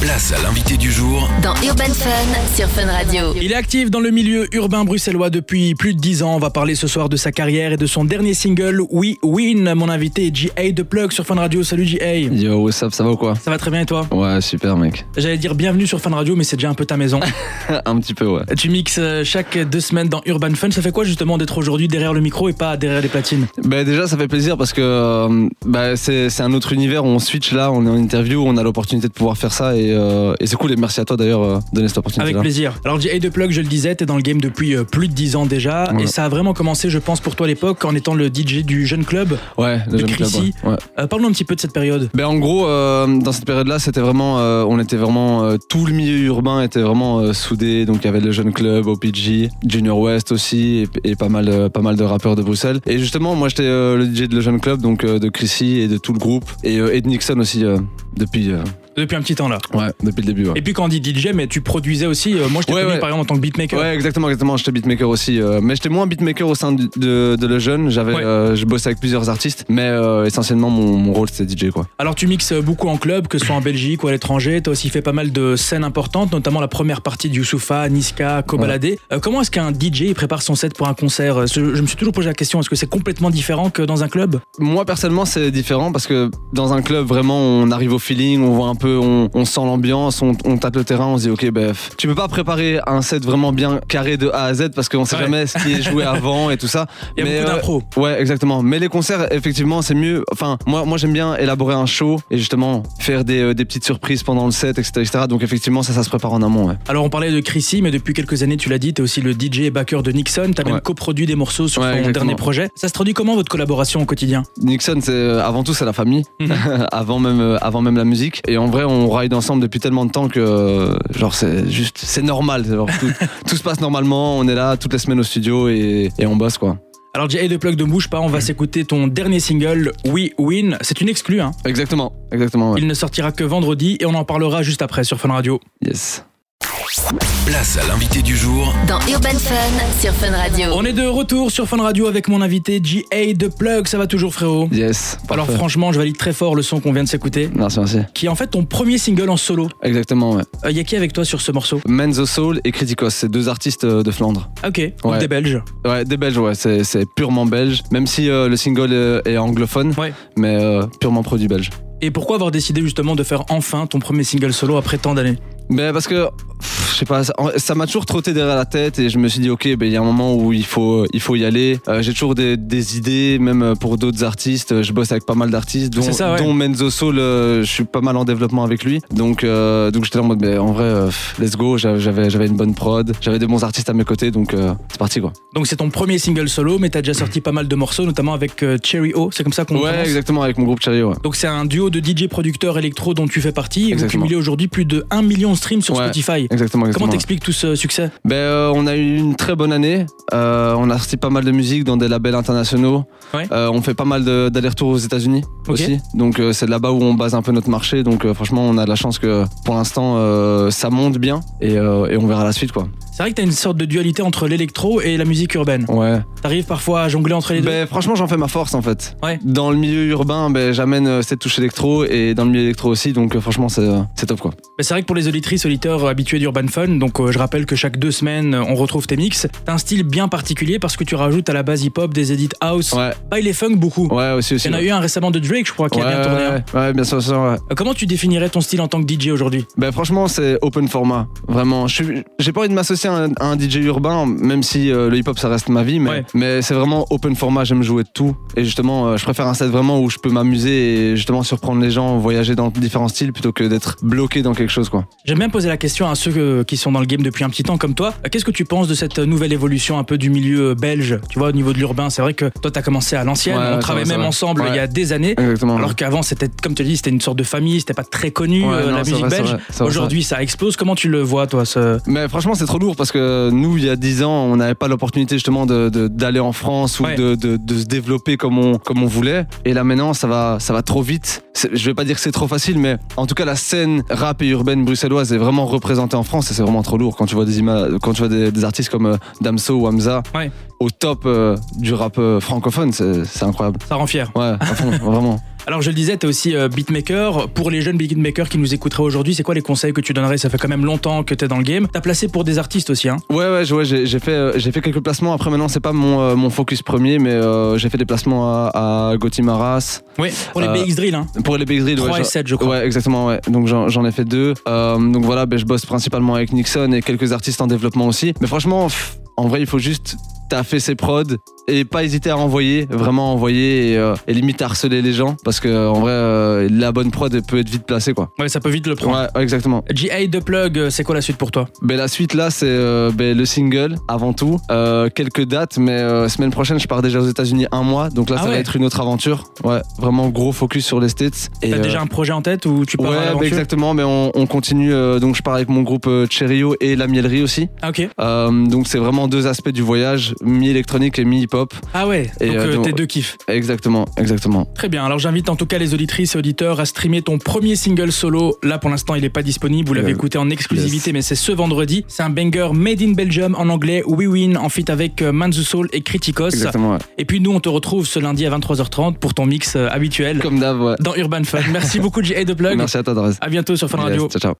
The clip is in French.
Place à l'invité du jour Dans Urban Fun sur Fun Radio. Il est actif dans le milieu urbain bruxellois depuis plus de 10 ans. On va parler ce soir de sa carrière et de son dernier single, We Win. Mon invité est J.A. de Plug sur Fun Radio. Salut J.A. Yo, what's up, ça va ou quoi Ça va très bien et toi Ouais, super mec. J'allais dire bienvenue sur Fun Radio, mais c'est déjà un peu ta maison. un petit peu, ouais. tu mixes euh, chaque deux semaines dans Urban Fun. Ça fait quoi justement d'être aujourd'hui derrière le micro et pas derrière les platines Bah déjà, ça fait plaisir parce que euh, bah, c'est c'est un autre univers, on switch là, on est en interview, on a l'opportunité de pouvoir faire ça et, euh, et c'est cool et merci à toi d'ailleurs euh, de donner cette opportunité Avec là. plaisir. Alors J.A. de Plug, je le disais, t'es dans le game depuis euh, plus de 10 ans déjà. Ouais. Et ça a vraiment commencé, je pense, pour toi à l'époque en étant le DJ du Jeune Club. Ouais, le de jeune club. Chrissy. ouais. Ouais. Euh, Parle-nous un petit peu de cette période. Ben en gros, euh, dans cette période-là, c'était vraiment, euh, on était vraiment, euh, tout le milieu urbain était vraiment euh, soudé. Donc il y avait le jeune club, OPG, Junior West aussi, et, et pas mal, euh, pas mal de rappeurs de Bruxelles. Et justement, moi j'étais euh, le DJ de le jeune club, donc euh, de Chrissy et de tout le groupe, et, euh, et de Nixon aussi euh, depuis, euh, Depuis un petit temps là. ouais, depuis le début. Ouais. Et puis quand on dit DJ, mais tu produisais aussi. euh, moi, je t'ai Ouais, connu ouais. par exemple en tant que beatmaker. Ouais, exactement, exactement. J'étais beatmaker aussi, euh, mais j'étais moins beatmaker au sein du- de, de Le Jeune. J'avais, Ouais. euh, je bossais avec plusieurs artistes, mais euh, essentiellement mon, mon rôle c'était DJ quoi. Alors tu mixes beaucoup en club, que ce soit en Belgique ou à l'étranger. T'as aussi fait pas mal de scènes importantes, notamment la première partie de Youssoufa, Niska, Kobalade. Euh, comment est-ce qu'un DJ il prépare son set pour un concert Euh, Je je me suis toujours posé la question. Est-ce que c'est complètement différent que dans un club Moi personnellement c'est différent parce que dans un club vraiment on arrive au feeling, on voit un peu, on, on sent l'ambiance, on, on tape le terrain, on se dit ok bref. Tu peux pas préparer un set vraiment bien carré de A à Z parce qu'on sait Ouais. jamais ce qui est joué avant et tout ça. Il y a Mais, beaucoup euh, d'impro. Ouais, exactement. Mais les concerts, effectivement, c'est mieux. Enfin, moi, moi j'aime bien élaborer un show et justement faire des, euh, des petites surprises pendant le set, etc., etc. Donc, effectivement, ça, ça se prépare en amont. Ouais. Alors on parlait de Chrissy, mais depuis quelques années, tu l'as dit, t'es aussi le DJ et backer de Nixon. T'as même Ouais. coproduit des morceaux sur Ouais, son exactement. dernier projet. Ça se traduit comment votre collaboration au quotidien Nixon, c'est euh, avant tout, c'est la famille, Mhm. avant même, euh, avant même la musique. Et en vrai, on ride ensemble depuis tellement de temps que, euh, genre, c'est juste, c'est normal. Genre, tout, tout se passe normalement. On est là toutes les semaines au studio et, et on bosse, quoi. Alors Jay de Plug de Bouche pas, on va s'écouter ton dernier single, We Win. C'est une exclue, hein. Exactement, exactement. Ouais. Il ne sortira que vendredi et on en parlera juste après sur Fun Radio. Yes. Place à l'invité du jour Dans Urban Fun sur Fun Radio. On est de retour sur Fun Radio avec mon invité J.A. de Plug. Ça va toujours, frérot Yes. Alors parfait. franchement, je valide très fort le son qu'on vient de s'écouter, Merci, merci. qui est en fait ton premier single en solo. Exactement, ouais. Euh, y a qui avec toi sur ce morceau Menzo Soul et Criticos, c'est deux artistes euh, de Flandre. Ah, Ok, donc Ouais. des Belges. Ouais, des Belges, ouais, c'est, c'est purement belge. Même si euh, le single euh, est anglophone, Ouais. mais euh, purement produit belge. Et pourquoi avoir décidé justement de faire enfin ton premier single solo après tant d'années Mais parce que, pff, je sais pas, ça, en- ça m'a toujours trotté derrière la tête et je me suis dit, ok, ben, il y a un moment où il faut, il faut y aller. Euh, j'ai toujours des, des idées, même euh, pour d'autres artistes. Euh, Je bosse avec pas mal d'artistes, dont, C'est ça, ouais. dont Menzo Soul, euh, je suis pas mal en développement avec lui. Donc, euh, donc j'étais là en mode, ben, en vrai, euh, pff, let's go, J'a- j'avais, j'avais une bonne prod, j'avais des bons artistes à mes côtés, donc euh, c'est parti quoi. Donc c'est ton premier single solo, mais t'as déjà sorti pas mal de morceaux, notamment avec euh, Cherry O, c'est comme ça qu'on le ouais, prononce exactement, avec mon groupe Cherry, ouais. Donc c'est un duo de DJ producteurs électro dont tu fais partie et vous Exactement. cumulez aujourd'hui plus de 1 million de streams sur Ouais, Spotify. Exactement, exactement. Comment t'expliques tout ce succès Ben, euh, on a eu une très bonne année. Euh, on a sorti pas mal de musique dans des labels internationaux. Ouais. Euh, on fait pas mal de- d'allers-retours aux États-Unis Ok. aussi. Donc euh, c'est là-bas où on base un peu notre marché. Donc euh, franchement, on a de la chance que pour l'instant euh, ça monte bien et, euh, et on verra la suite quoi. C'est vrai que t'as une sorte de dualité entre l'électro et la musique urbaine. Ouais. T'arrives parfois à jongler entre les deux. Ben, franchement, j'en fais ma force en fait. Ouais. Dans le milieu urbain, ben, j'amène euh, cette touche électro et dans le milieu électro aussi. Donc euh, franchement, c'est euh, c'est top quoi. Bah, c'est vrai que pour les auditrices, auditeurs euh, habitués d'Urban Fun, donc euh, je rappelle que chaque deux semaines, euh, on retrouve tes mix. T'as un style bien particulier parce que tu rajoutes à la base hip-hop des edits house. Ouais, Bah, il est funk beaucoup. ouais aussi aussi. Il y en a ouais. eu un récemment de Drake, je crois, qui Ouais, a bien tourné. hein. ouais, ouais, bien sûr, bien sûr, ouais. Euh, Comment tu définirais ton style en tant que DJ aujourd'hui Ben franchement, c'est open format. Vraiment, je suis- j'ai pas envie de m'associer à un, à un DJ urbain, même si euh, le hip-hop ça reste ma vie, mais, Ouais. mais c'est vraiment open format. J'aime jouer de tout, et justement, euh, je préfère un set vraiment où je peux m'amuser et justement surprendre les gens, voyager dans différents styles plutôt que d'être bloqué dans quelque chose, quoi. J'aime bien poser la question à ceux euh, qui sont dans le game depuis un petit temps comme toi. Euh, Qu'est-ce que tu penses de cette nouvelle évolution un peu du milieu euh, belge Tu vois, au niveau de l'urbain, c'est vrai que toi, t'as commencé à l'ancienne. Ouais, on ouais, travaillait ça va, ça même va. ensemble il y a des années. Exactement. Alors qu'avant, c'était, comme tu dis, c'était une sorte de famille, c'était pas très connu, Mmh. Ouais, euh, non, la c'est musique vrai, c'est belge. vrai, c'est vrai, Aujourd'hui, ça explose. Comment tu le vois, toi ce... Mais franchement, c'est trop lourd parce que nous, il y a 10 ans, on n'avait pas l'opportunité justement de- de- d'aller en France ou Ouais. de, de- de se développer comme on, comme on voulait. Et là maintenant, ça va, ça va trop vite. C'est- Je vais pas dire que c'est trop facile, mais en tout cas, la scène rap et urbaine bruxelloise est vraiment représentée en France et c'est vraiment trop lourd quand tu vois des, ima- quand tu vois des, des artistes comme euh, Damso ou Hamza Ouais. au top euh, du rap euh, francophone. C'est c'est incroyable. Ça rend fier. Ouais, à fond, vraiment. Alors je le disais, tu es aussi euh, beatmaker. Pour les jeunes beatmakers qui nous écouteraient aujourd'hui, c'est quoi les conseils que tu donnerais Ça fait quand même longtemps que tu es dans le game. Tu as placé pour des artistes aussi. Hein Ouais, ouais, je- ouais, j'ai j'ai fait, euh, j'ai fait quelques placements. Après, maintenant, c'est pas mon, euh, mon focus premier, mais euh, j'ai fait des placements à, à Gautimaras. oui. Pour les Euh, BX Drill. Hein. Pour les Big Drill, 3 ouais, et j'en- 7, je crois. Ouais, exactement, ouais. Donc j'en j'en ai fait deux. Euh, donc voilà, ben, je bosse principalement avec Nixon et quelques artistes en développement aussi. Mais franchement, pff, en vrai, il faut juste taffer ses prods et pas hésiter à envoyer, vraiment envoyer et, euh, et limite harceler les gens parce que euh, en vrai, euh, la bonne prod elle peut être vite placée quoi. Ouais, ça peut vite le prendre. Ouais, ouais, exactement. GA de Plug, euh, c'est quoi la suite pour toi Ben, la suite là, c'est euh, ben, le single avant tout, Euh, quelques dates, mais euh, semaine prochaine, je pars déjà aux États-Unis un mois, donc là, Ah ça ouais. va être une autre aventure. Ouais, vraiment gros focus sur les States. Et, T'as euh, déjà un projet en tête ou tu pars Ouais, à bah l'aventure exactement, mais on, on continue. euh, donc, je pars avec mon groupe euh, Cherio et La Mielerie aussi. Ah, ok. Euh, donc, c'est vraiment deux aspects du voyage, mi-électronique et mi-hip-hop. Ah ouais, Et, donc euh, euh, donc- tes deux kiffs. Exactement, exactement. Très bien, alors j'invite en tout cas les auditrices et auditeurs à streamer ton premier single solo. Là pour l'instant il n'est pas disponible, vous l'avez Yeah. écouté en exclusivité Yes. mais c'est ce vendredi. C'est un banger made in Belgium en anglais, We Win en feat avec euh, Man the Soul et Criticos. Exactement, ouais. Et puis nous on te retrouve ce lundi à 23h30 pour ton mix euh, habituel Comme d'hab, ouais. dans Urban Fun. Merci beaucoup J.A. de Plug. Merci à toi, Drez. À bientôt sur Fun Yes, Radio. ciao, ciao.